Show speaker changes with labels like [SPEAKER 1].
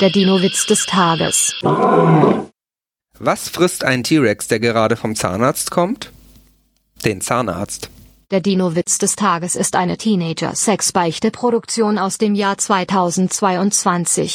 [SPEAKER 1] Der Dino-Witz des Tages.
[SPEAKER 2] Was frisst ein T-Rex, der gerade vom Zahnarzt kommt? Den Zahnarzt.
[SPEAKER 1] Der Dino-Witz des Tages ist eine Teenager-Sex-Beichte-Produktion aus dem Jahr 2022.